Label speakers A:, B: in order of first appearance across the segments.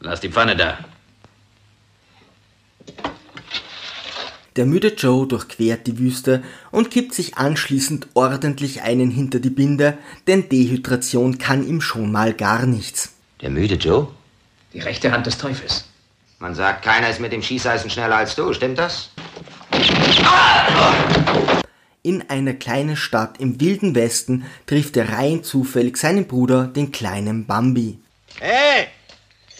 A: Lass die Pfanne da.
B: Der müde Joe durchquert die Wüste und kippt sich anschließend ordentlich einen hinter die Binde, denn Dehydration kann ihm schon mal gar nichts.
A: Der müde Joe?
C: Die rechte Hand des Teufels.
A: Man sagt, keiner ist mit dem Schießeisen schneller als du, stimmt das?
B: In einer kleinen Stadt im wilden Westen trifft er rein zufällig seinen Bruder, den kleinen Bambi.
D: Hey,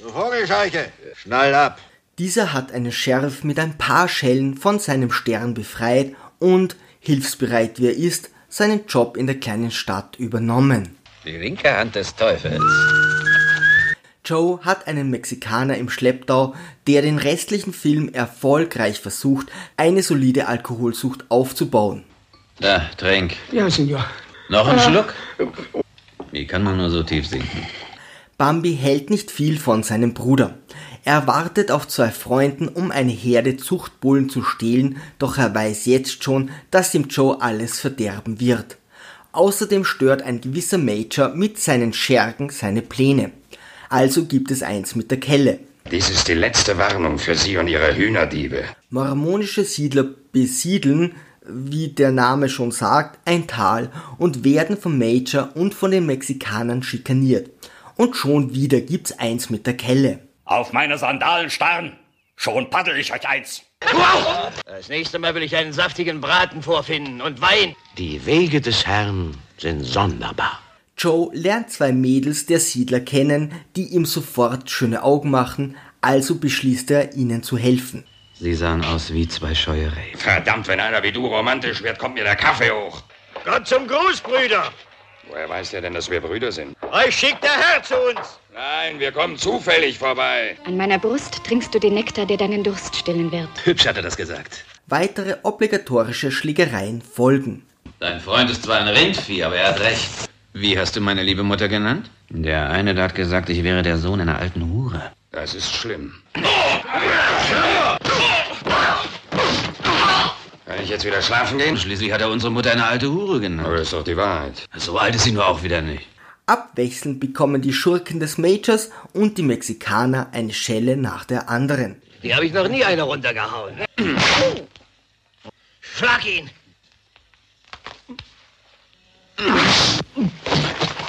D: du Vogelscheuche, schnall ab.
B: Dieser hat einen Sheriff mit ein paar Schellen von seinem Stern befreit und, hilfsbereit wie er ist, seinen Job in der kleinen Stadt übernommen.
A: Die linke Hand des Teufels.
B: Joe hat einen Mexikaner im Schlepptau, der den restlichen Film erfolgreich versucht, eine solide Alkoholsucht aufzubauen.
A: Da, trink.
C: Ja, Senor. Ah.
A: Noch ein Schluck? Wie kann man nur so tief sinken?
B: Bambi hält nicht viel von seinem Bruder. Er wartet auf zwei Freunden, um eine Herde Zuchtbullen zu stehlen, doch er weiß jetzt schon, dass ihm Joe alles verderben wird. Außerdem stört ein gewisser Major mit seinen Schergen seine Pläne. Also gibt es eins mit der Kelle.
E: Dies ist die letzte Warnung für Sie und Ihre Hühnerdiebe.
B: Mormonische Siedler besiedeln, wie der Name schon sagt, ein Tal und werden vom Major und von den Mexikanern schikaniert. Und schon wieder gibt's eins mit der Kelle.
F: Auf meine Sandalen starren! Schon paddel ich euch eins!
G: Das nächste Mal will ich einen saftigen Braten vorfinden und Wein.
E: Die Wege des Herrn sind sonderbar.
B: Joe lernt zwei Mädels der Siedler kennen, die ihm sofort schöne Augen machen, also beschließt er, ihnen zu helfen.
A: Sie sahen aus wie zwei scheue Rehe.
E: Verdammt, wenn einer wie du romantisch wird, kommt mir der Kaffee hoch.
G: Gott zum Gruß, Brüder.
E: Woher weiß der denn, dass wir Brüder sind?
G: Euch schickt der Herr zu uns.
E: Nein, wir kommen zufällig vorbei.
H: An meiner Brust trinkst du den Nektar, der deinen Durst stillen wird.
A: Hübsch hat er das gesagt.
B: Weitere obligatorische Schlägereien folgen.
A: Dein Freund ist zwar ein Rindvieh, aber er hat recht. Wie hast du meine liebe Mutter genannt? Der eine, der hat gesagt, ich wäre der Sohn einer alten Hure.
E: Das ist schlimm. Kann ich jetzt wieder schlafen gehen?
A: Schließlich hat er unsere Mutter eine alte Hure
E: Aber
A: genannt.
E: das ist doch die Wahrheit.
A: So alt ist sie nur auch wieder nicht.
B: Abwechselnd bekommen die Schurken des Majors und die Mexikaner eine Schelle nach der anderen.
G: Die habe ich noch nie eine runtergehauen. Schlag ihn.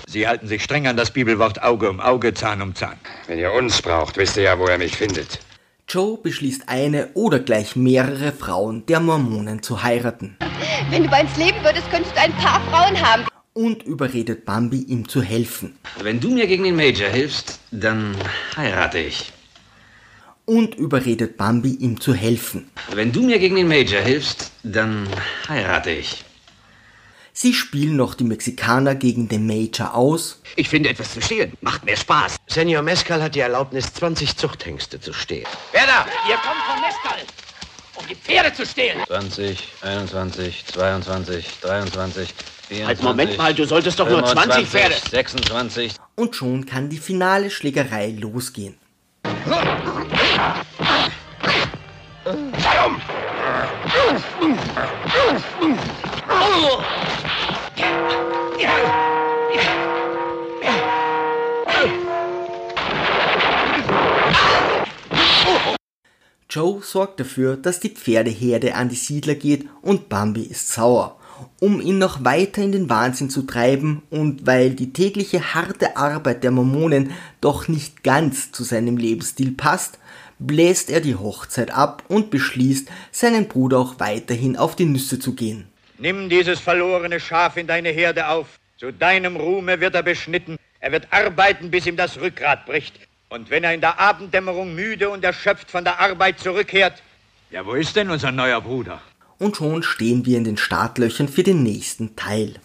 F: Sie halten sich streng an das Bibelwort Auge um Auge, Zahn um Zahn.
E: Wenn ihr uns braucht, wisst ihr ja, wo er mich findet.
B: Joe beschließt eine oder gleich mehrere Frauen der Mormonen zu heiraten
H: Wenn du bei uns leben würdest, könntest du ein paar Frauen haben.
B: und überredet Bambi, ihm zu helfen.
A: Wenn du mir gegen den Major hilfst, dann heirate ich.
B: Und überredet Bambi, ihm zu helfen.
A: Wenn du mir gegen den Major hilfst, dann heirate ich.
B: Sie spielen noch die Mexikaner gegen den Major aus
G: Ich finde etwas zu stehlen. Macht mehr Spaß.
I: Senor Mescal hat die Erlaubnis, 20 Zuchthengste zu stehlen.
G: Wer da? Ihr kommt von Mescal, um die Pferde zu stehlen.
A: 20, 21, 22, 23, 24.
I: Als Halt, Moment mal, du solltest doch nur 20 Pferde.
A: 26.
B: und schon kann die finale Schlägerei losgehen. Joe sorgt dafür, dass die Pferdeherde an die Siedler geht und Bambi ist sauer. Um ihn noch weiter in den Wahnsinn zu treiben und weil die tägliche harte Arbeit der Mormonen doch nicht ganz zu seinem Lebensstil passt, bläst er die Hochzeit ab und beschließt, seinem Bruder auch weiterhin auf die Nüsse zu gehen.
F: Nimm dieses verlorene Schaf in deine Herde auf. Zu deinem Ruhme wird er beschnitten. Er wird arbeiten, bis ihm das Rückgrat bricht. Und wenn er in der Abenddämmerung müde und erschöpft von der Arbeit zurückkehrt. Ja, wo ist denn unser neuer Bruder?
B: Und schon stehen wir in den Startlöchern für den nächsten Teil.